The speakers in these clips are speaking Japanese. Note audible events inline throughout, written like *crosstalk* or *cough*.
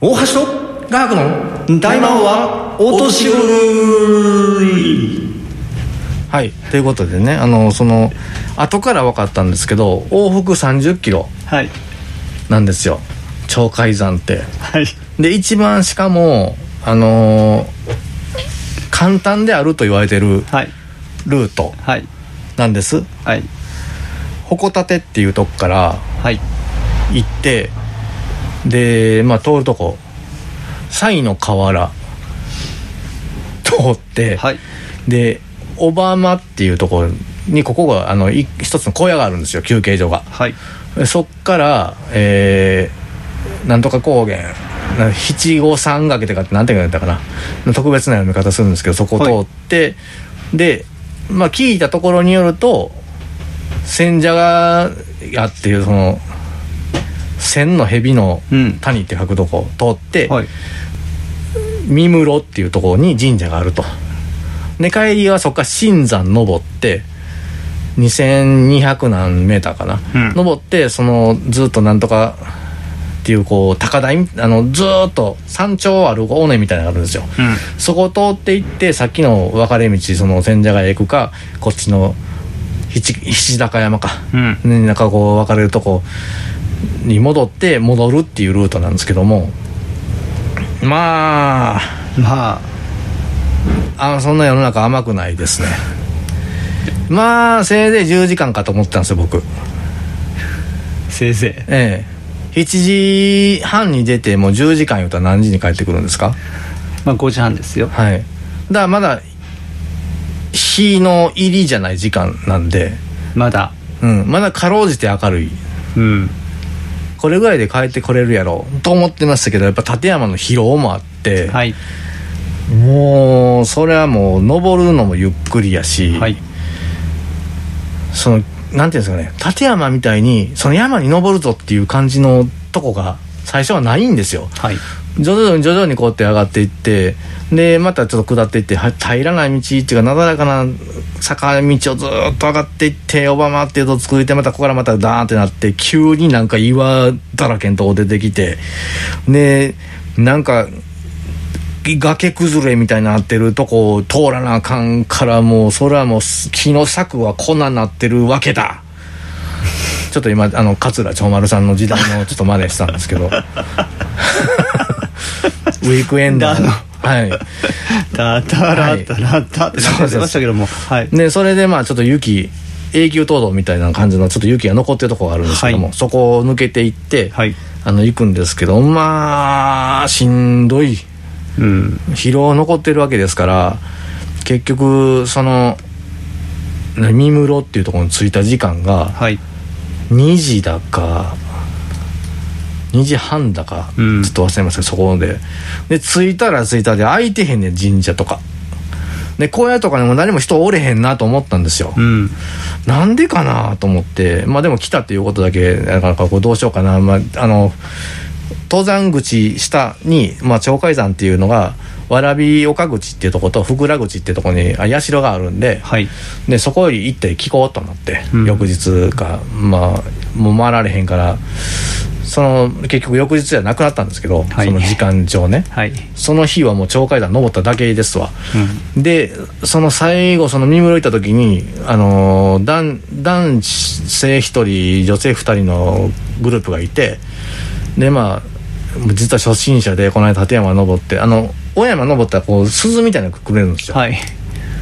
大橋と画伯の大魔王は落としはいということでねあのその後から分かったんですけど往復3 0キロはいなんですよ鳥海山ってはいで一番しかもあのー簡単であると言われてるはいルートはいなんですはい鉾建っていうとこからはい行ってでまあ通るとこサイの河原通って、はいで小浜っていうところにここがあのい一つの小屋があるんですよ休憩所がはいでそっからえーなんとか高原な七五三掛けてかって何て書いてあったかな特別な読み方するんですけどそこを通って、でまあ聞いたところによると千社がやっていうその千の蛇のうん谷って書くとこを通って、はい三室っていうところに神社があるとで帰りはそこから新山登って2200何メーターかな、うん登ってそのずっとなんとかっていうこう高台みあのずーっと山頂ある尾根みたいなのがあるんですよ、うんそこを通っていってさっきの分かれ道その千社街へ行くかこっちの七七高山か、うんねなんかこう分かれるとこに戻って戻るっていうルートなんですけどもまあまああそんな世の中甘くないですねまあせいぜい10時間かと思ってたんですよ僕せいぜええ7時半に出てもう10時間言うたら何時に帰ってくるんですかいまあ5時半ですよはいだからまだ日の入りじゃない時間なんで、まだうん、まだかろうじて明るいうんこれぐらいで帰ってこれるやろうと思ってましたけどやっぱ立山の疲労もあって、はいもうそれはもう登るのもゆっくりやし、はいそのなんていうんですかね立山みたいにその山に登るぞっていう感じのとこが最初はないんですよはい徐々に徐々にこうやって上がっていってでまたちょっと下っていっては平らな道っていうかなだらかな坂道をずーっと上がっていって小浜っていうと作りてまたここからまたダーンってなって急になんか岩だらけのとこ出てきてでなんか崖崩れみたいになってるとこを通らなあかんからもうそれはもう木の柵は粉になってるわけだ *laughs* ちょっと今あの桂長丸さんの時代のちょっと真似したんですけど *laughs* ウィークエンダーのだはいだたらたらたってそうです出ましたけどもはいでそれでまあちょっと雪永久凍土みたいな感じのちょっと雪が残ってるとこがあるんですけども、はいそこを抜けていって、はいあの行くんですけどまあしんどいうん疲労残ってるわけですから結局そのな三室っていうところに着いた時間がはい2時だか2時半だか、うんちょっと忘れましたけどそこでで着いたら着いたで空いてへんねん神社とかで小屋とかにも何も人おれへんなと思ったんですよ、うんなんでかなと思ってまあでも来たっていうことだけだからこうどうしようかな、まあ、あの登山口下に、まあ、鳥海山っていうのが蕨岡口っていうとこと福良口っていうとこにあ社があるんではいでそこに行って聞こうと思って、うん翌日かまあもう回られへんからその結局翌日じゃなくなったんですけど、はいその時間上ねはいその日はもう鳥海山登っただけですわ、でその最後その三室行った時に、あのー男男性一人女性二人のグループがいてでまあ実は初心者でこの間立山登ってあの小山登ったらこう鈴みたいなのくれるんですよ、はい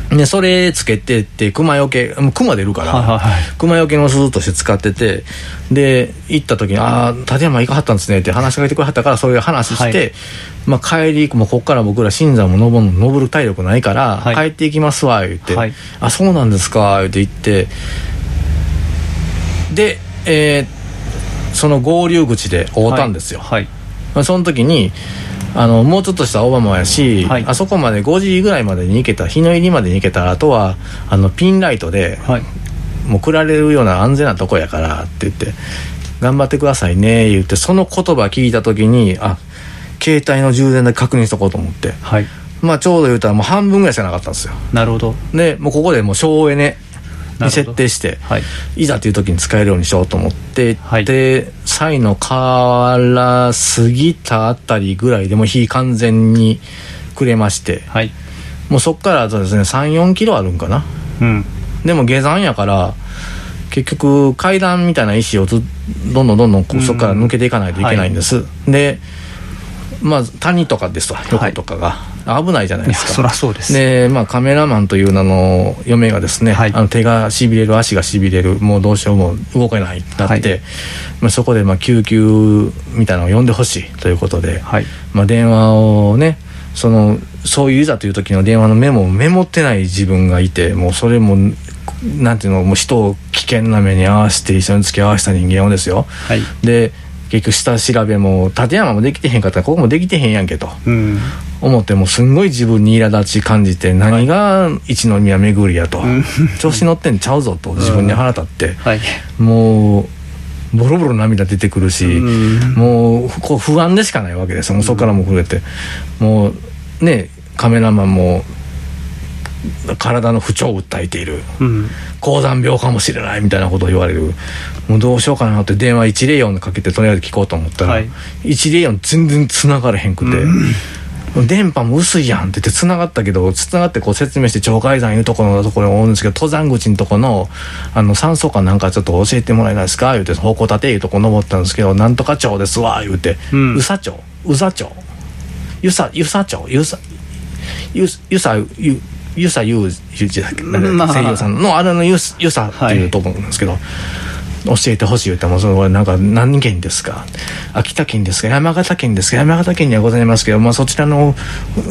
でそれつけてって熊よけもう熊出るから、はいはいはい熊よけの鈴として使っててで行った時に「ああ立山行かはったんですね」って話しかけてくれはったからそういう話して、はいまあ、帰りもうこっから僕ら新山も登るの登る体力ないから、はい帰っていきますわ言って「はいあそうなんですか」言って行ってで、えーその合流口で会うたんですよ、はいまあ、その時にあのもうちょっとしたオバマやし、はいあそこまで5時ぐらいまでに行けた日の入りまでに行けたらあとはあのピンライトではいもうくられるような安全なとこやからって言って頑張ってくださいね言ってその言葉聞いた時にあ携帯の充電で確認しとこうと思ってはいまあちょうど言うたらもう半分ぐらいしかなかったんですよなるほどでもうここでもう省エネなるほどに設定して、はいい、ざという時に使えるようにしようと思って、はいでサイのから過ぎたあたりぐらいでもう火完全にくれましてはいもうそっからそうですね34キロあるんかなうんでも下山やから結局階段みたいな石をずどんどんどんどんこううんそこから抜けていかないといけないんです、でまあ谷とかですと横とかが危ないじゃないいでやすか、そらそうですで、まあ、カメラマンという名の嫁がですね、はいあの手がしびれる足がしびれるもうどうしようも動けないってなって、はまあ、そこでまあ救急みたいなのを呼んでほしいということで、はいまあ、電話をねそのそういういざという時の電話のメモをメモってない自分がいてもうそれもなんていうのもう人を危険な目に遭わして一緒に付き合わせた人間をですよはいで結局下調べも立山もできてへんかったらここもできてへんやんけと。うん思ってもうすんごい自分に苛立ち感じて何が一宮巡りやと、ん調子乗ってんちゃうぞと自分に腹立って、はいもうボロボロ涙出てくるし、うんもうこう不安でしかないわけですよもうそこからも震えて、もうねカメラマンも体の不調を訴えているうん高山病かもしれないみたいなことを言われるもうどうしようかなって電話104かけてとりあえず聞こうと思ったら、はい104全然繋がれへんくて、電波も薄いやんって言って繋がったけど繋がってこう説明して鳥海山いうところのところにおるんですけど登山口のとこのあの酸素かなんかちょっと教えてもらえないですか言うて方向立ていうとこ登ったんですけどなんとか町ですわ言うて、うん宇佐町宇佐町湯佐湯佐町湯佐ゆゆさゆゆさゆうゆうじだっけ、なんまかあ声優さんのあれのゆゆさっていうと思うんですけど、教えてほしい言うてもそのなんか何県ですか秋田県ですか山形県ですか山形県にはございますけど、まあ、そちらの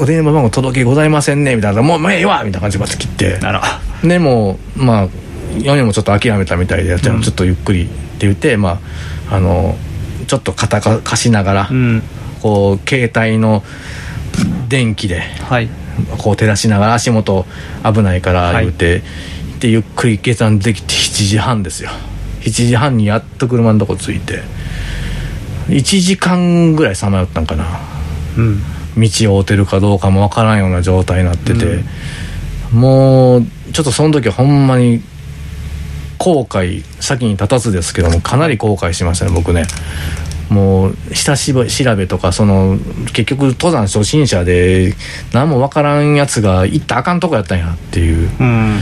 お電話番号届けございませんねみたいなもうもうええわみたいな感じでバッて切ってならでもうまあ嫁もちょっと諦めたみたいでじゃあちょっとゆっくりって言って、まああのちょっと肩か貸しながら、うんこう携帯の電気ではいこう照らしながら足元危ないからはい言うて、でゆっくり下山できて7時半ですよ7時半にやっと車のとこ着いて1時間ぐらいさまよったんかなうん道を追てるかどうかもわからんような状態になってて、もうちょっとその時ほんまに後悔先に立たずですけどもかなり後悔しましたね僕ねもう下しば調べとかその結局登山初心者で何もわからんやつが行ったらあかんとこやったんやっていううん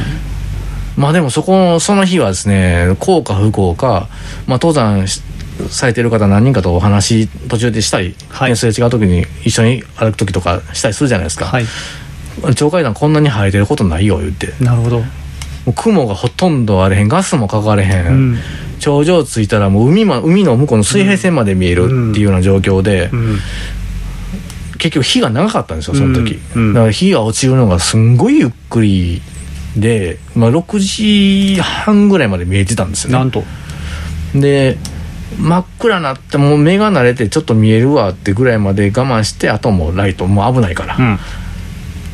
まあでもそこその日はですね幸か不幸か、まあ、登山しされてる方何人かとお話途中でしたり、はいねすれ違う時に一緒に歩く時とかしたりするじゃないですか、はい鳥海山こんなに生えてることないよ言ってなるほどもう雲がほとんどあれへんガスもかかれへん、うん頂上着いたらもう海,、ま、海の向こうの水平線まで見えるっていうような状況で、うん結局火が長かったんですよその時、うんうんだから火が落ちるのがすんごいゆっくりで、まあ、6時半ぐらいまで見えてたんですよなねんとで真っ暗なってもう目が慣れてちょっと見えるわってぐらいまで我慢してあともうライトもう危ないから、うん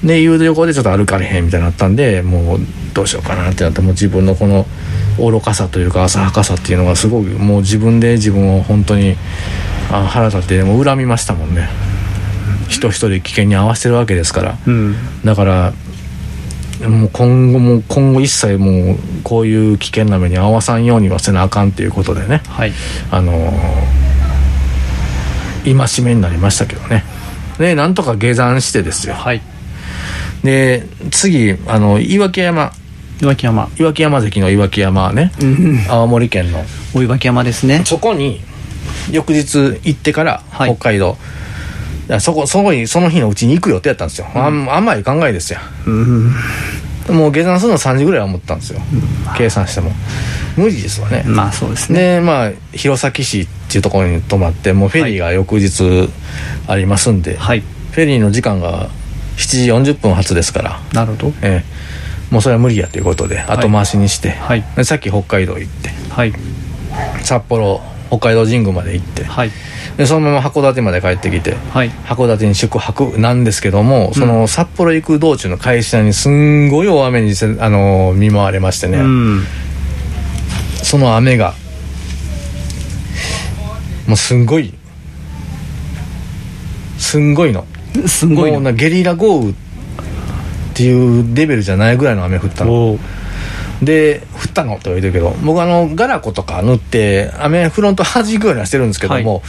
で誘導こでちょっと歩かれへんみたいになったんでもうどうしようかなってなってもう自分のこの愚かさというか浅はかさっていうのがすごくもう自分で自分を本当にあ腹立ってもう恨みましたもんね人一人危険に合わせてるわけですからうんだからもう今後も今後一切もうこういう危険な目に合わさんようにはせなあかんっていうことでねはいあのー戒めになりましたけどねでなんとか下山してですよはいで次あの岩木山岩木山岩木山関の岩木山ね、うん青森県のお岩木山ですねそこに翌日行ってからはい北海道、いやそこそこにその日のうちに行く予定やったんですよ、あん、甘い考えですようんもう下山するの3時ぐらいは思ったんですよ、計算しても無理ですわね、まあそうですでねまあ弘前市っていうところに泊まってもうフェリーが翌日ありますんで、はいフェリーの時間が7時40分発ですからなるほどええ、もうそれは無理やということで後回しにして、はいでさっき北海道行ってはい札幌北海道神宮まで行ってはいでそのまま函館まで帰ってきてはい函館に宿泊なんですけどもその札幌行く道中の会社にすんごい大雨にせあのー見舞われましてね、うんその雨がもうすんごいすんごいのすごいもうななゲリラ豪雨っていうレベルじゃないぐらいの雨降ったのおおで降ったのって言われてるけど僕あのガラコとか塗って雨フロント弾くようにはしてるんですけども、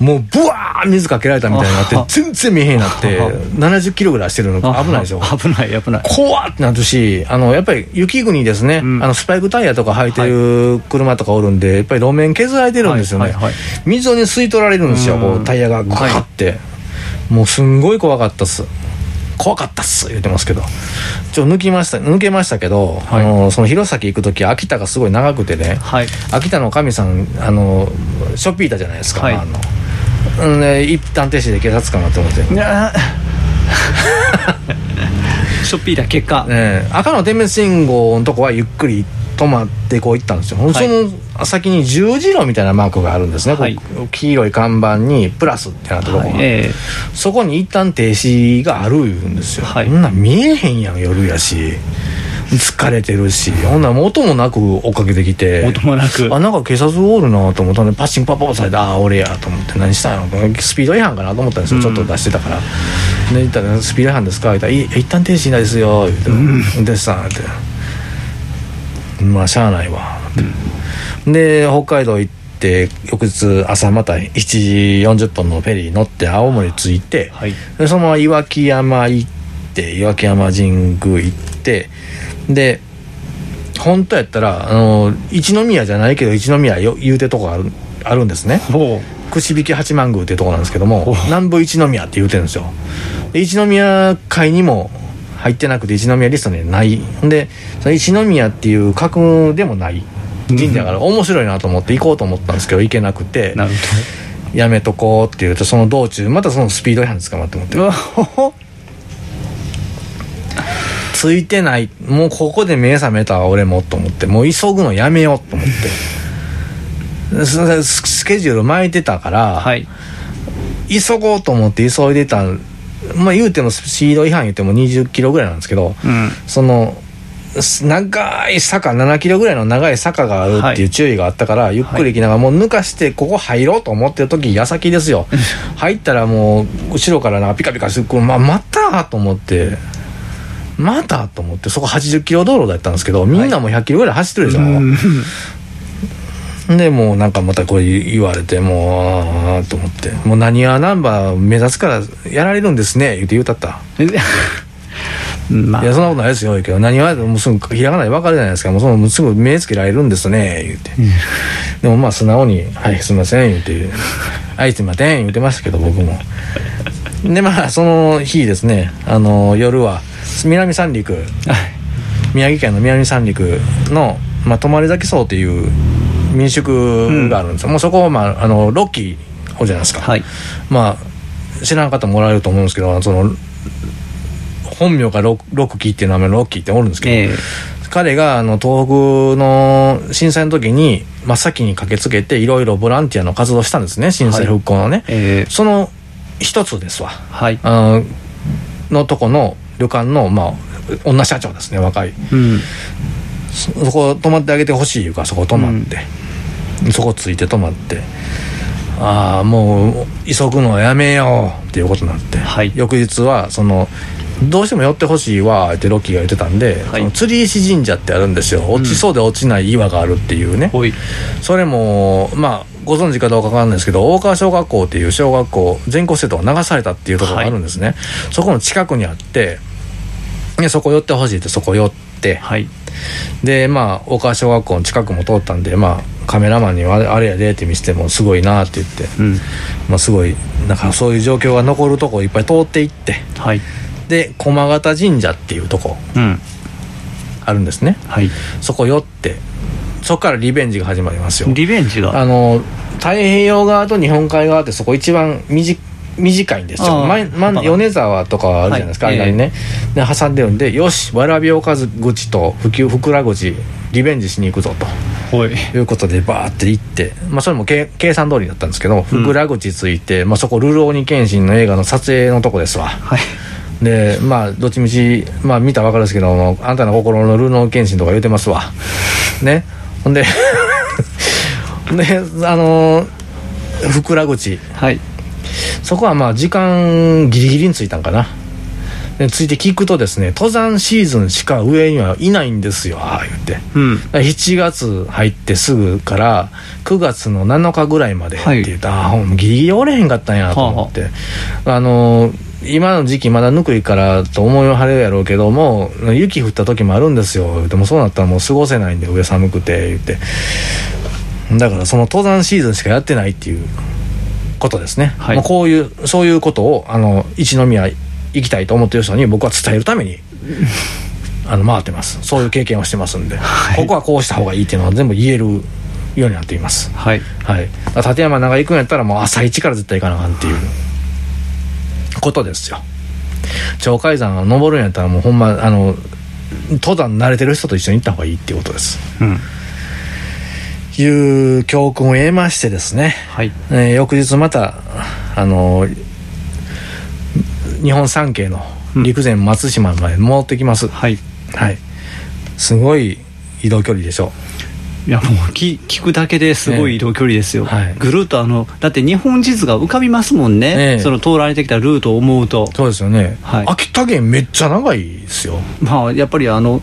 もうブワー水かけられたみたいにあなはって全然見えへんようになってあは70キロぐらいしてるの危ないですよ *laughs* あ危ない、危ない。怖ってなるしあのやっぱり雪国ですね、うんあのスパイクタイヤとか履いてる車とかおるんで、やっぱり路面削られてるんですよね、はいはいはい溝に吸い取られるんですよ、うんこうタイヤがグカって、もうすんごい怖かったっす怖かったっす言ってますけどちょっと抜きました抜けましたけど、はいあのその弘前行く時秋田がすごい長くてねはい。秋田の神さんあのショッピータじゃないですか、はいあの、うんね、一旦停止で警察官だと思ってい *laughs* やーショッピーだ、結果。ええ赤の点滅信号のとこはゆっくり止まってこう行ったんですよ、いその先に十字路みたいなマークがあるんですね、はいこう黄色い看板にプラスってなったとこが、はいえそこに一旦停止がある言うんですよ、はいそんなん見えへんやん夜やし疲れてるしほんならもう音もなく追っかけてきてえ音もなく。あなんか警察おるなと思ったんでパッシングパッパッパされてああ俺やと思って何したんやろスピード違反かなと思ったんですよ、うんちょっと出してたからで言ったらスピード違反ですか?」言ったら「い一旦停止なんですよ」言って「運転手さん」って「まあしゃあないわ」で北海道行って翌日朝また1時40分のフェリー乗って青森着いて、はい。でそのまま岩木山行って岩木山神宮行ってで本当やったらあの一宮じゃないけど一宮よ言うてとこあるあるんですねおう串引き八幡宮っていうとこなんですけどもお南部一宮って言うてるんですよで一宮会にも入ってなくて一宮リストにはないほんでその一宮っていう架空でもない神社がある面白いなと思って行こうと思ったんですけど行けなくてなるやめとこうって言うとその道中またそのスピード違反で捕まってもってほど。うわほほついてないもうここで目覚めたわ俺もと思ってもう急ぐのやめようと思ってスススケジュール巻いてたから、 *laughs* はい。急ごうと思って急いでたまあ言うてもスピード違反言っても20キロぐらいなんですけどうん。そのす長い坂7キロぐらいの長い坂があるっていう注意があったから、ゆっくり行きながらもう抜かしてここ入ろうと思ってる時矢先ですよ入ったらもう後ろからなんかピカピカしてこうままたと思ってまたと思ってそこ80キロ道路だったんですけどみんなもう100キロぐらい走ってるでしょ、うんでもうなんかまたこれ言われてもうああと思ってもう何はナンバー目立つからやられるんですね言うて言うたった *laughs* まあいや、そんなことないですよ、言うけど、何は、もうすぐ、ひらがなでわかるじゃないですか、もうその、すぐ目つけられるんですね、言うて。でもまあ、素直に、はい、すいません、言うて、はい、すいません、言うてましたけど、僕も。で、まあ、その日ですね、あの、夜は、南三陸、宮城県の南三陸の、まあ、泊崎荘という民宿があるんですよ。もうそこは、まあ、あの、ロッキー、ほじゃないですか。 *laughs* はい。まあ知らん方もおられると思うんですけどその本名がロロッキーっていう名前のロッキーっておるんですけど、ええ彼があの東北の震災の時に真っ先に駆けつけていろいろボランティアの活動したんですね震災復興のね、ええその一つですわはい。あののとこの旅館のまあ女社長ですね若いうん。そそこ泊まってあげてほしいいうからそこ泊まって、そこついて泊まってああもう急ぐのはやめようっていうことになって、はい翌日はそのどうしても寄ってほしいわってロッキーが言ってたんで、はいその釣り石神社ってあるんですよ落ちそうで落ちない岩があるっていうね、おい。それもまあご存知かどうかわかんないですけど大川小学校っていう小学校全校生徒が流されたっていうところがあるんですね、そこの近くにあってでそこ寄ってほしいってそこ寄って、はい。でまあ大川小学校の近くも通ったんで、まあ、カメラマンには「あれあれやで」って見せてもすごいなって言って、うん。まあ、すごいなんかそういう状況が残るとこいっぱい通っていってはい。で駒形神社っていうとこうん。あるんですねはい。そこ寄ってそこからリベンジが始まりますよリベンジが。あの太平洋側と日本海側ってそこ一番短短いんですあよ、あまま幅が米沢とかあるじゃないですか、はい間にね、で挟んでるんでよしわらびおかず口とふきふくら口リベンジしに行くぞとおい。ということでバーって行って、まあ、それもけ計算通りだったんですけどうんふくら口ついて、まあ、そこ「ルローニケンシン」の映画の撮影のとこですわはい。でまあどっちみち、まあ、見たら分かるんですけどもあんたの心のルローニケンシンとか言うてますわねほんで *laughs* ほんであのーふくら口はい。そこはまあ時間ギリギリについたんかなでついて聞くとですね登山シーズンしか上にはいないんですよああ言って。うん。 7月入ってすぐから9月の7日ぐらいまでって言った、ああほんまギリギリおれへんかったんやと思って、あのー今の時期まだぬくいからと思いはれるやろうけども雪降った時もあるんですよでもそうなったらもう過ごせないんで上寒くて言ってだからその登山シーズンしかやってないっていうことですね、はいまあこういうそういうことをあの一宮行きたいと思ってる人に僕は伝えるためにあの回ってますそういう経験をしてますんで、いここはこうした方がいいっていうのは全部言えるようになっていますはい。はいだから立山長行くんやったらもう朝一から絶対行かなあかんっていうことですよ鳥海山を登るんやったらもうほんまあの登山慣れてる人と一緒に行った方がいいっていうことですうん。いう教訓を得ましてですねはい。えー翌日またあのー日本三景の陸前松島まで戻ってきます、はい。はいすごい移動距離でしょいやもうき聞くだけですごい移動距離ですよ、ええはいぐるっとあのだって日本地図が浮かびますもんね、ええその通られてきたルートを思うとそうですよね、はい秋田県めっちゃ長いですよまあやっぱりあの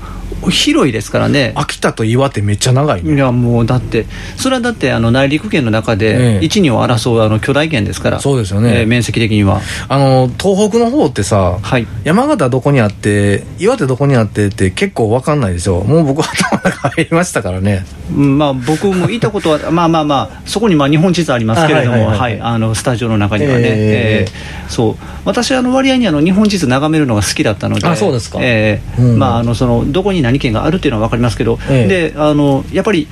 広いですからね秋田と岩手めっちゃ長いいねやもうだってそれはだってあの内陸圏の中えでえ一二を争うあの巨大圏ですからそうですよねええ面積的にはあの東北の方ってさ、はい山形どこにあって岩手どこにあってって結構分かんないでしょもう僕頭の中入りましたからねうんまあ僕も行ったことは *laughs* まあまあまあそこにまあ日本地図ありますけれどもあはいはいはいはいあのスタジオの中にはね、ええええそう私あの割合にあの日本地図眺めるのが好きだったのであそうですかええうんまああのそのどこに何県があるっていうのは分かりますけど、ええであのやっぱり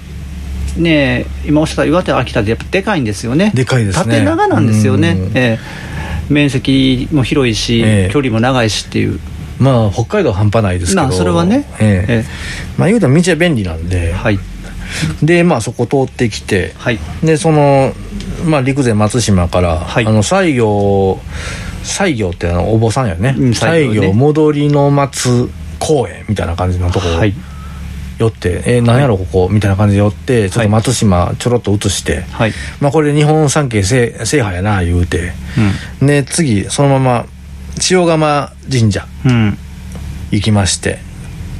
ねえ今おっしゃった岩手秋田ってやっぱでかいんですよねでかいですね縦長なんですよね、うんええ面積も広いし、ええ距離も長いしっていうまあ北海道は半端ないですけどまあそれはねええええまあ言うても道は便利なんで、はいでまあそこ通ってきてはいでその、まあ、陸前松島から、はいあの西行西行ってあのお坊さんやね,、うん西西行ね行戻りの松公園みたいな感じのとこはい寄って、えー何やろここみたいな感じで寄ってちょっと松島ちょろっと移して、はい、まあ、これで日本三景制制覇やな言うてで次そのまま千代釜神社うんうん行きまして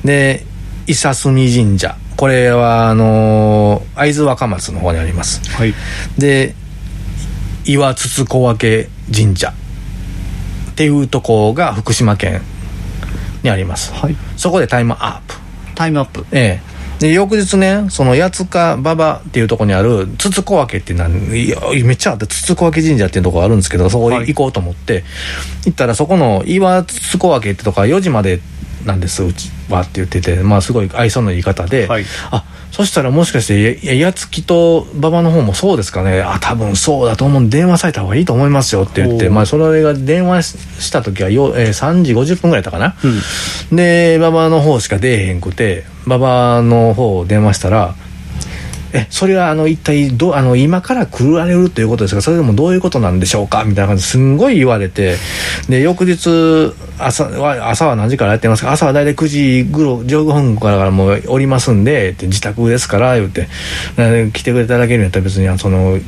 で伊佐隅神社これはあのー会津若松の方にありますはいで岩筒小分神社っていうとこが福島県にありますはいそこでタイムアップタイムアップええで翌日ねその八塚馬場っていうとこにある筒小分ってなんいやめっちゃあって筒小分神社っていうとこがあるんですけどそこはい行こうと思って、行ったらそこの岩筒小分ってとこは4時までなんですうちはって言っててまあすごい愛想の言い方で、はいあそしたらもしかしてややつきと馬場の方もそうですかねあ多分そうだと思うんで電話された方がいいと思いますよって言っおてーまあそれが電話しした時はよ、えー3時50分ぐらいだったかな、うんで馬場の方しか出えへんくて馬場の方を電話したら「えそれはあの一体どうあの今から来られるということですかそれでもどういうことなんでしょうか?」みたいな感じですんごい言われてで翌日朝は朝は何時からやってますか朝は大体9時ぐろ15分からもうおりますんでって自宅ですから言ってな来てくれただけるんやったら別にあのその。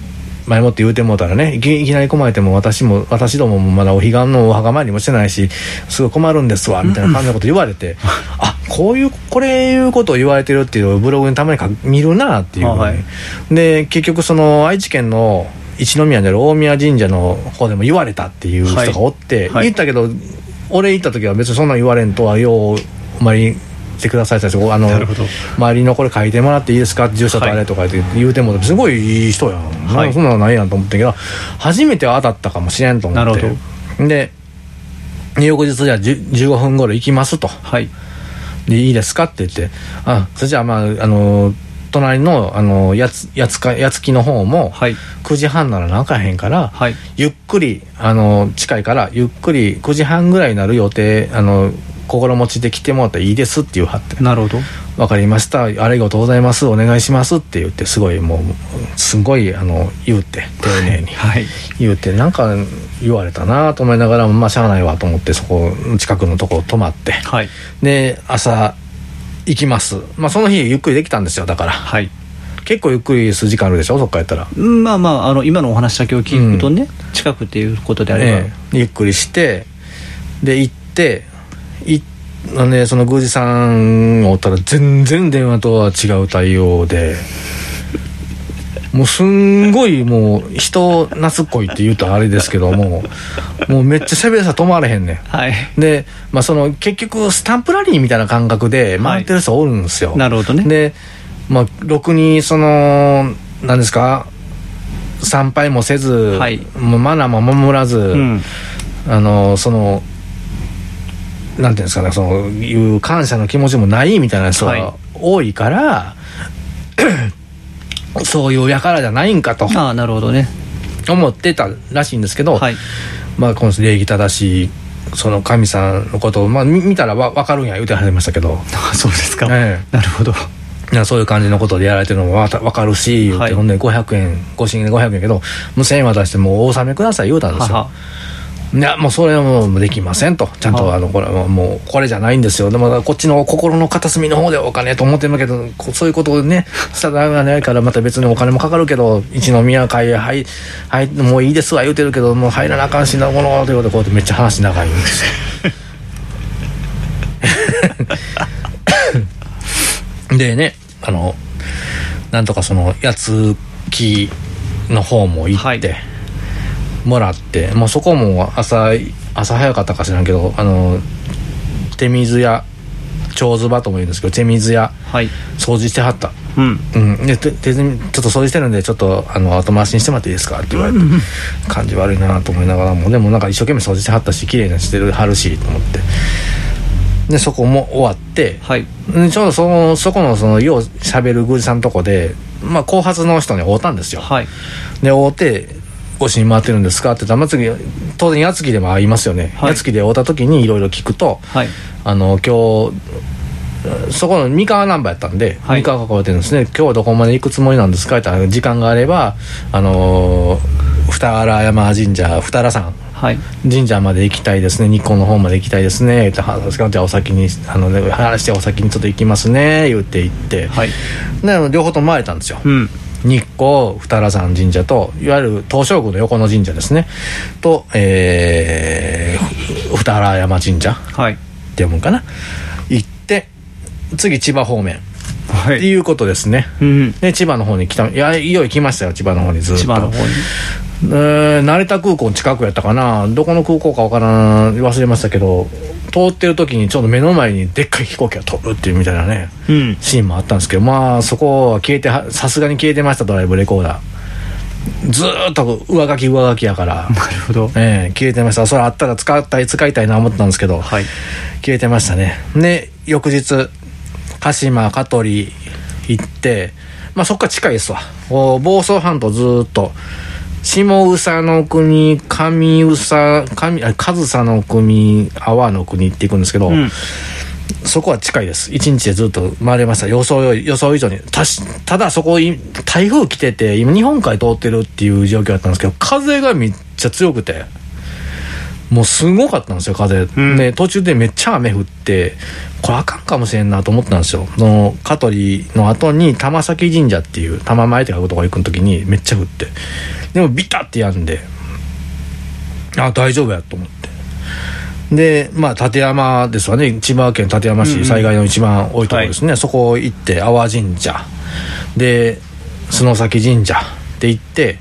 前もって言うてもうたらねいきいきなり困れても私も私どももまだお彼岸のお墓参りもしてないしすごい困るんですわみたいな感じのこと言われて、あこういうこれいうことを言われてるっていうのをブログにたまに書見るなっていうふうに、はいで結局その愛知県の一宮にある大宮神社の方でも言われたっていう人がおって、はいはい言ったけど俺行った時は別にそんなん言われんとはようお前にしてくださいってあのなるほど周りのこれ書いてもらっていいですか住所とあれとか言って言うてもすごいいい人やん、いそんなのないやんと思ってんけど初めては当たったかもしれんと思ってなるで翌日じゃあ10 15分頃行きますとはいでいいですかって言ってあそれじゃあまああの隣のあのやつやつかやつきの方もはい9時半ならなんかへんから、はいゆっくりあの近いからゆっくり9時半ぐらいになる予定あの心持ちで来てもらったらいいですって言うはってなるほどわかりましたありがとうございますお願いしますって言ってすごいもうすごいあの言うて丁寧にはい言うてなんか言われたなと思いながらもまあしゃあないわと思ってそこ近くのとこ泊まってはいで朝行きますまあその日ゆっくりできたんですよだからはい結構ゆっくりする時間あるでしょそっからやったらまあまああの今のお話だけを聞くとね、近くっていうことであれば、ええゆっくりしてで行ってなんでその宮司さんがおったら全然電話とは違う対応でもうすんごいもう人懐っこいって言うとあれですけどももうめっちゃ喋りさ止まれへんねんはい。で、まあ、その結局スタンプラリーみたいな感覚で回ってる人おるんですよ、なるほどね。で、まあ、ろくにその何ですか参拝もせず、はいもうマナーも守らず、うん。あのそのなんていうんですかねそのいう感謝の気持ちもないみたいな人はいが多いから、 *coughs* そういうやからじゃないんかとああ、なるほどね。思ってたらしいんですけど、はい。まあ、この礼儀正しいその神さんのことを、まあ、み見たらわ分かるんや言うてはりましたけど、あ *laughs* そうですか。えなるほど。えいやそういう感じのことでやられてるのもわた分かるし言うて、はいほんで500円ご神で500円やけど無線渡してもうお納めください言うたんですよ。ははいやもうそれはもうできませんとちゃんとあのこれはもうこれじゃないんですよでもまだこっちの心の片隅の方でお金と思ってるけどこそういうことをねしたらがないからまた別にお金もかかるけど一宮会はい、はい、もういいですわ言うてるけどもう入らなあかんしなこのということでこうやってめっちゃ話長いんですよでねあのなんとかその八つ木の方も行って、もらって、まあ、そこも朝朝早かったか知らんけどあの手水屋長ズバとも言うんですけど手水屋はい。はい。掃除してはった「うん。うん、で手手水ちょっと掃除してるんでちょっとあの後回しにしてもらっていいですか?」って言われて感じ悪いなと思いながらもでもなんか一生懸命掃除してはったし綺麗にしてるはるしと思ってでそこも終わってはい。でちょうどそのそこのそのようしゃべる宮司さんのとこで、まあ、後発の人に会うたんですよはい。で会うて「ご主人回ってるんですか?」って言ったらまあ次当然矢継ぎでも会いますよねはい矢継ぎで会うた時にいろいろ聞くとはい。あの今日そこの三河ナンバーやったんで、は三い河が来られてるんですね今日はどこまで行くつもりなんですかって言ったら時間があればあのー二原山神社二原山はい。神社まで行きたいですね日光の方まで行きたいですね言ってはじゃあお先にあの、ね、話してお先にちょっと行きますね言って行って、はい。で両方とも回れたんですよ、うん。日光二原山神社といわゆる東照宮の横の神社ですねと、えー、ふ二原山神社っはい。て読むんかな行って次千葉方面はって。いうことですね、うん。で千葉の方に来たいやいよいよ来ましたよ千葉の方にずっと千葉の方に。えー成田空港の近くやったかなどこの空港かわからん忘れましたけど通ってる時にちょうど目の前にでっかい飛行機が飛ぶっていうみたいなねうん。シーンもあったんですけどまあそこは消えてはさすがに消えてましたドライブレコーダーずーっと上書き上書きやから、なるほど。ええ消えてましたそれあったら使ったい使いたいな思ってたんですけど、はい。消えてましたねで翌日鹿島香取行ってまあそっから近いですわこう房総半島ずーっと下宇佐の国上宇佐上あ上総の国阿波の国って行くんですけど、うん。そこは近いです一日でずっと回れました予想より予想以上にたしただそこい台風来てて今日本海通ってるっていう状況だったんですけど風がめっちゃ強くてもうすごかったんですよ風、んで途中でめっちゃ雨降ってこれあかんかもしれんなと思ったんですよその香取の後に玉崎神社っていう玉前って書くとこ行く時にめっちゃ降ってでもビタってやんであ大丈夫やと思ってでまあ立山ですわね千葉県館山うんうん市災害の一番多いところですね、そこ行って阿波神社で須崎神社で行って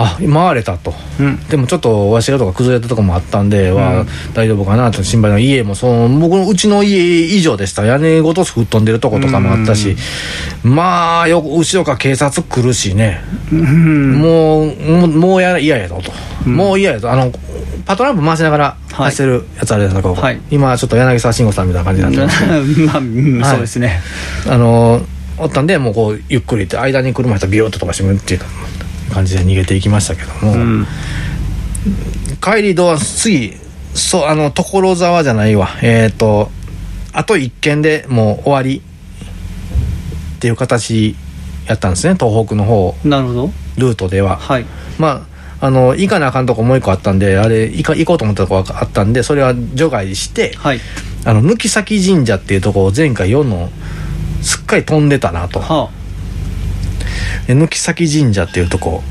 あ回れたとうん。でもちょっとわしがとか崩れたとこもあったんで、は大丈夫かなと心配の家もその僕のうちの家以上でした屋根ごと吹っ飛んでるとことかもあったし、まあよ後ろから警察来るしね、うん。もうもうもうや嫌やぞと、もう嫌やぞあのパトランプ回しながらはい走ってるやつあるじゃないですか、ここはい今ちょっと柳沢慎吾さんみたいな感じになって *laughs* まあうん、そうですね。ます、あのおったんでもうこうゆっくりって間に車の人ビューッと飛ばしてみるっていう感じで逃げていきましたけども、うん。帰りドア次そうあの所沢じゃないわえっ、とあと1軒でもう終わりっていう形やったんですね東北の方なるほど。ルートでははい。まああの行かなあかんとこもう一個あったんであれ行か行こうと思ったとこがあったんでそれは除外してはい。あの貫先神社っていうとこを前回4のすっかり飛んでたなとはで貫先神社っていうとこ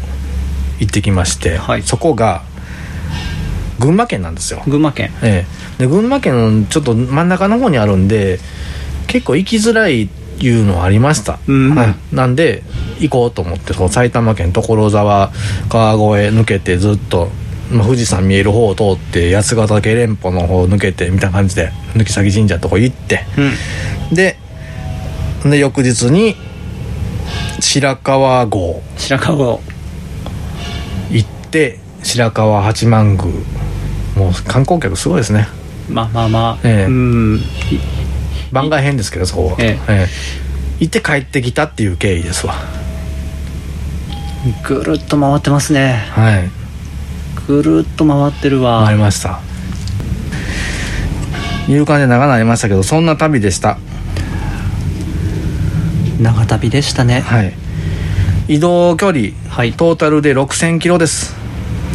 行ってきまして、はいそこが群馬県なんですよ、群馬県ええ、で群馬県のちょっと真ん中の方にあるんで結構行きづらいいうのはありました、うんはい、なんで行こうと思ってそう埼玉県所沢川越抜けてずっと、まあ、富士山見える方を通って八ヶ岳連峰の方を抜けてみたいな感じで抜き先神社のとこ行ってうんでで翌日に白川郷白川郷行って白川八幡宮もう観光客すごいですねまあまあまあ、ええうん番外編ですけどそこは、えええ行って帰ってきたっていう経緯ですわぐるっと回ってますねはいぐるっと回ってるわ回りましたいう感じで長なりましたけどそんな旅でした長旅でしたねはい移動距離はいトータルで6000キロです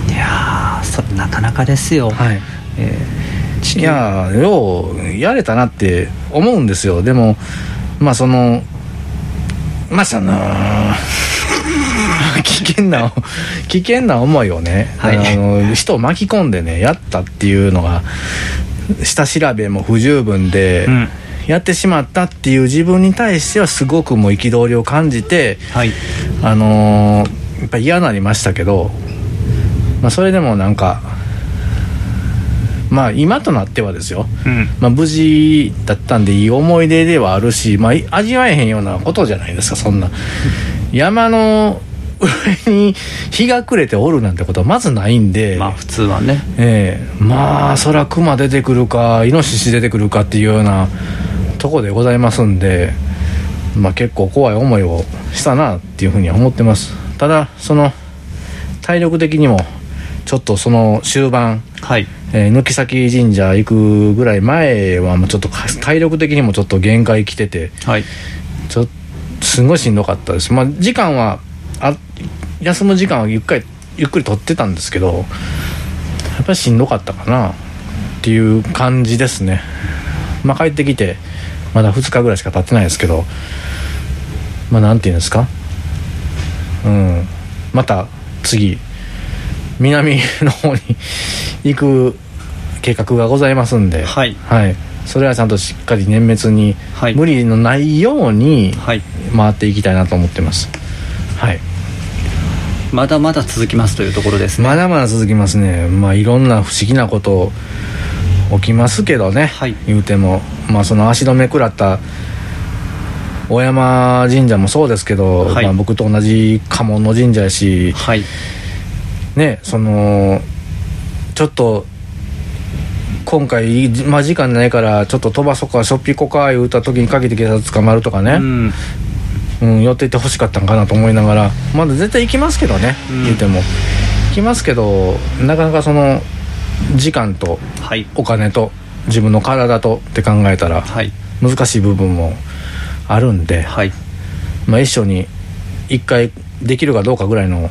いやーそれなかなかですよ、はいええ地球いやーようやれたなって思うんですよでもまあそのまあその *laughs* 危険な危険な思いをね、はいあの人を巻き込んでねやったっていうのが下調べも不十分で、うんやってしまったっていう自分に対してはすごくもう憤りを感じてはいあのーやっぱ嫌になりましたけど、まあ、それでもなんかまあ今となってはですよ、うんまあ、無事だったんでいい思い出ではあるし、まあ、い味わえへんようなことじゃないですかそんな山の上に日が暮れておるなんてことはまずないんで、まあ普通はねええまあそら熊出てくるかイノシシ出てくるかっていうようなとこでございますんで、まあ、結構怖い思いをしたなっていうふうには思ってますただその体力的にもちょっとその終盤、はいえー、抜先神社行くぐらい前はもうちょっとか体力的にもちょっと限界来ててはいちょっとすごいしんどかったですまあ時間はあ休む時間はゆっくりゆっくり取ってたんですけどやっぱりしんどかったかなっていう感じですねまあ帰ってきてまだ2日ぐらいしか経ってないですけどまあなんていうんですかうんまた次南の方に行く計画がございますんではいはい、それはちゃんとしっかり綿密に、はい無理のないようにはい回っていきたいなと思ってますはいまだまだ続きますというところですね、まだまだ続きますねまあいろんな不思議なこと起きますけどね、はい言うてもまあその足止め食らった小山神社もそうですけど、はいまあ、僕と同じ家紋の神社やしはいねそのちょっと今回まあ時間ないからちょっと飛ばそかしょっぴこか言うた時にかけて警察捕まるとかうね、んうん寄っていってほしかったんかなと思いながらまだ絶対行きますけどね、うん言うても行きますけどなかなかその時間とはいお金と自分の体とって考えたらはい難しい部分もあるんで、はいまあ、一緒に一回できるかどうかぐらいの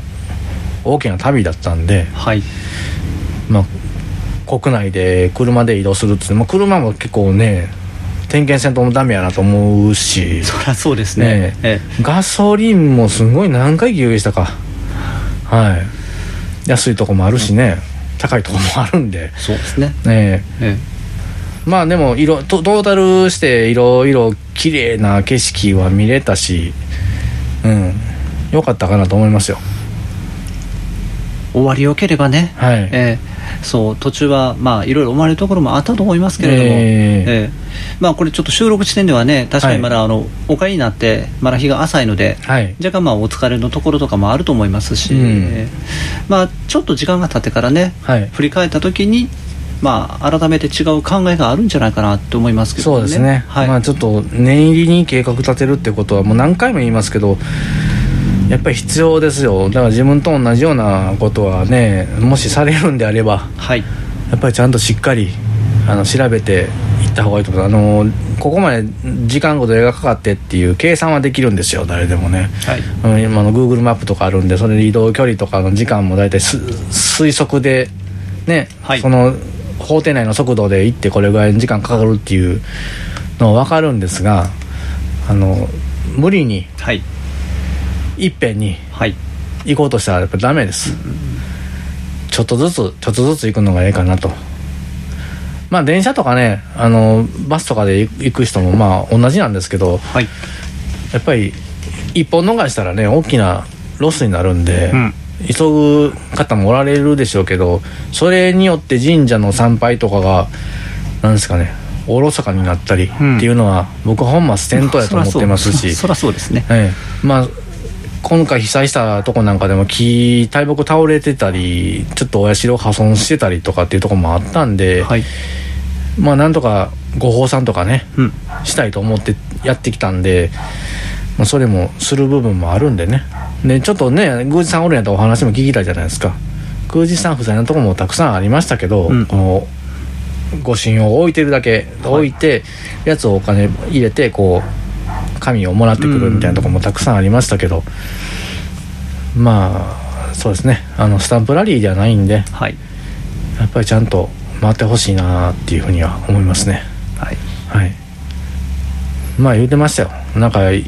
大きな旅だったんで。はいまあ、国内で車で移動するっつって、まあ、車も結構ね点検せんともダメやなと思うしそりゃそうですねねえガソリンもすごい何回給油したかはい安いとこもあるしね高いとこもあるんでえそうですねねえまあでも色トトータルしていろいろ綺麗な景色は見れたしうん良かったかなと思いますよえ終わりよければねはいええそう途中はまあいろいろ思われるところもあったと思いますけれども、ええええまあこれちょっと収録時点ではね確かにまだあの、お帰りになってまだ日が浅いので、はい若干まあお疲れのところとかもあると思いますし、うんええまあちょっと時間が経ってからね、はい振り返った時にまあ改めて違う考えがあるんじゃないかなと思いますけどねそうですね、はい、まあちょっと念入りに計画立てるってことはもう何回も言いますけどやっぱり必要ですよだから自分と同じようなことはねもしされるんであればはいやっぱりちゃんとしっかりあの調べていった方がいいと思いますあのここまで時間ごとがかかってっていう計算はできるんですよ誰でもね、はいうん、今の Google マップとかあるんでそれで移動距離とかの時間も大体す推測でね、はいその法定内の速度で行ってこれぐらいの時間かかるっていうのは分かるんですがあの無理にはいいっぺんにはい行こうとしたらやっぱダメです、ちょっとずつちょっとずつ行くのがええかなとまあ電車とかねあのバスとかで行く人もまあ同じなんですけどはい、やっぱり一本逃したらね大きなロスになるんで、うん急ぐ方もおられるでしょうけどそれによって神社の参拝とかがなんですかねおろそかになったりってうんいうのは、僕本末転倒やと思ってますし、そらそうそらそうですねええまあ今回被災したとこなんかでも木大木倒れてたりちょっとお社を破損してたりとかっていうとこもあったんで、はい、まあなんとかご奉賛とかねうん、したいと思ってやってきたんで、まあ、それもする部分もあるんでねでちょっとね宮司さんおるんやったらお話も聞きたいじゃないですか宮司さん不在のとこもたくさんありましたけど、うんこの御神を置いてるだけ置いて、やつをお金入れてこう神をもらってくるみたいなとこもたくさんありましたけど、まあそうですねあのスタンプラリーではないんではい、やっぱりちゃんと回ってほしいなっていうふうには思いますね。はい、はいまあ言うてましたよなんかい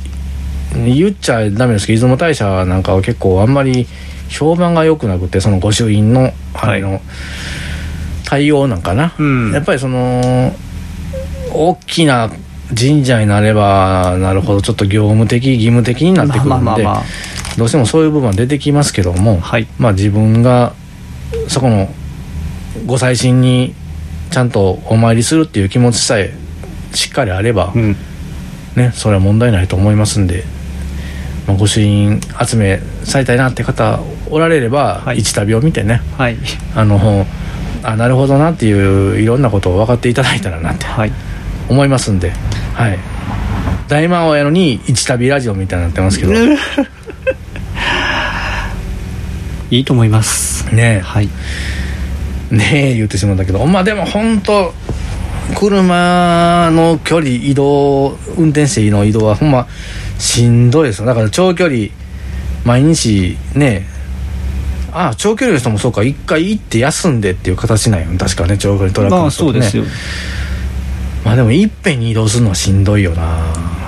言っちゃダメですけど出雲大社なんかは結構あんまり評判が良くなくてその御朱印のあはいの、対応なんかな、うんやっぱりその大きな神社になればなるほどちょっと業務的義務的になってくるんで、まあまあまあまあどうしてもそういう部分は出てきますけども、はいまあ自分がそこのご祭神にちゃんとお参りするっていう気持ちさえしっかりあれば、うんねそれは問題ないと思いますんで、まあ、ご朱印集めされたいなって方おられれば、はい一旅を見てねはいあのあなるほどなっていういろんなことを分かっていただいたらなってはい思いますんではい大魔王やのに一旅ラジオみたいになってますけどねいいと思いますえはいねえ言ってしまったけどまあでも本当車の距離移動運転士の移動はほんましんどいですよだから長距離毎日ねああ長距離の人もそうか一回行って休んでっていう形なんよ確かね長距離トラックまのあ人そっうてねですよまあでもいっぺんに移動するのはしんどいよな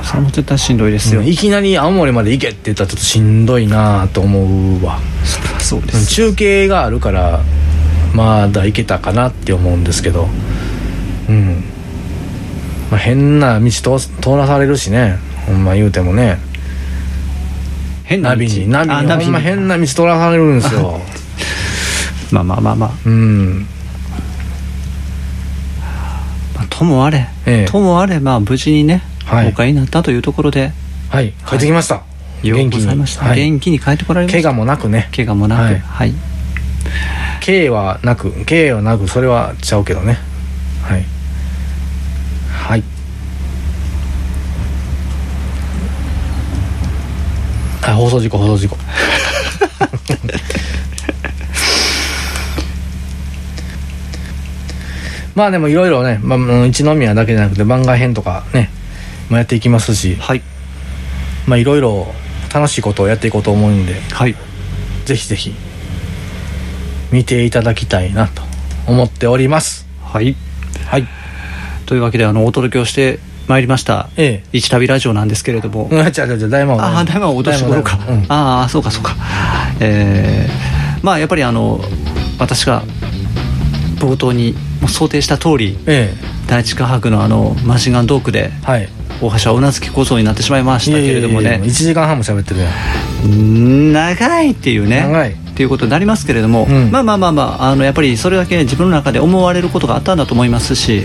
それも絶対しんどいですよ、いきなり青森まで行けって言ったらちょっとしんどいなと思うわそれはそうでうんす、中継があるからまだいけたかなって思うんですけどうん、まあ、変な道通通らされるしねほんま言うてもね変なナ道ビにナビあにほんま変な道通らされるんです *laughs* よまあまあまあまあうんまあともあれ、ええともあれまあ無事にね、はいお帰りになったというところではい帰ってきました、よう元気ございました、に、はい、元気に帰ってこられまし怪た我もなくね怪我もなくはいはい、 K はなく K はなくそれはちゃうけどねはいはいあ放送事故放送事故 *laughs* まあでもいろいろね、まああの、一宮だけじゃなくて番外編とかねもやっていきますしはいまあいろいろ楽しいことをやっていこうと思うんではいぜひぜひ見ていただきたいなと思っております。はいはい。というわけであのお届けをしてまいりました「ええ一旅ラジオ」なんですけれども、うん、違う違う違う、大魔王。ああ大魔王お年頃か、大魔王うんああそうかそうかえーまあやっぱりあの私が冒頭にもう想定した通りえ第一科博のあのマシンガンドークでえはい。大橋はうなずき小僧になってしまいましたけれどもいやいやいや1ね時間半も喋ってるやん。長いっていうね長いっていうことになりますけれども、うんまあまあまあまああのやっぱりそれだけ自分の中で思われることがあったんだと思いますし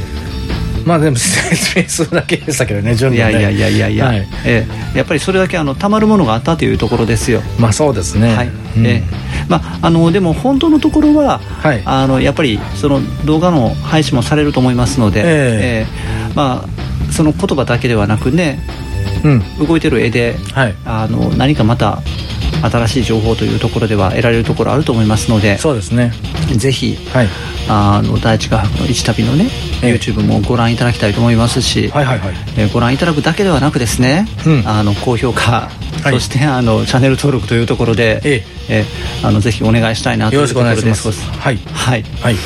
まあでも説明するだけでしたけどね、準いや備ねいやいやいやいや、はいええやっぱりそれだけあのたまるものがあったというところですよまあそうですね。はいうんええまあ、あのでも本当のところは、はいあのやっぱりその動画の配信もされると思いますので、えええまあ、その言葉だけではなくねうん。動いてる絵ではい。あの何かまた新しい情報というところでは得られるところあると思いますのでそうですね。ぜひはい。あの第一画伯の「一旅」のねええ YouTube もご覧いただきたいと思いますし、はいはいはい。えーご覧いただくだけではなくですね、うんあの高評価、はいそしてあのチャンネル登録というところで、ええーあのぜひお願いしたいなとよいろうしとくこおろ願いでします。すはい。はい、はい。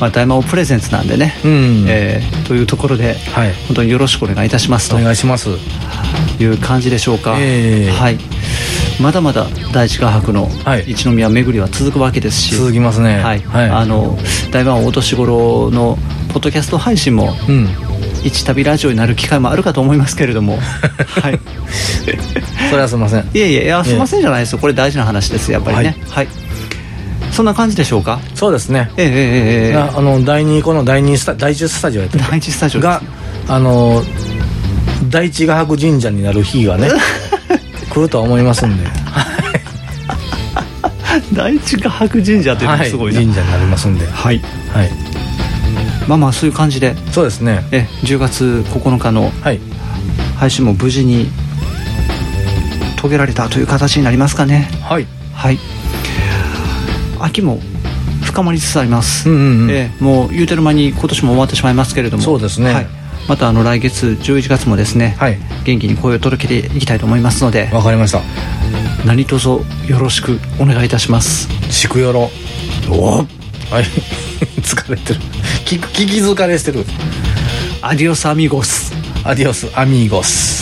まあ、大魔王プレゼンツなんでね、うんえーというところで、はい本当によろしくお願いいたしますおと願いします。いう感じでしょうか、ええはいまだまだ第一画伯のはい一宮巡りは続くわけですし、続きますねはいはいあの台湾お年頃のポッドキャスト配信もうん一旅ラジオになる機会もあるかと思いますけれど *laughs* も、はい、それはすいませんいやいやいやすいませんじゃないですよこれ大事な話ですよやっぱりねはい、そんな感じでしょうかそうですねええええええああの第2この第2スタ第10スタジオやった第一スタジオですがあの第一画伯神社になる日 *laughs* がね来るとは思いますんで *laughs* 第一画伯神社というのがはいすご神い社なになりますんではい、はいまあまあそういう感じでそうですねえ10月9日のはい配信も無事に遂げられたという形になりますかねはいはい秋も深まりつつあります、うんうんうんええもう言うてる間に今年も終わってしまいますけれどもそうですねはい、またあの来月11月もですね、はい元気に声を届けていきたいと思いますのでわかりました何卒よろしくお願いいたしますしくよろおはい *laughs* 疲れてる聞く聞き疲れしてるアディオスアミゴスアディオスアミーゴス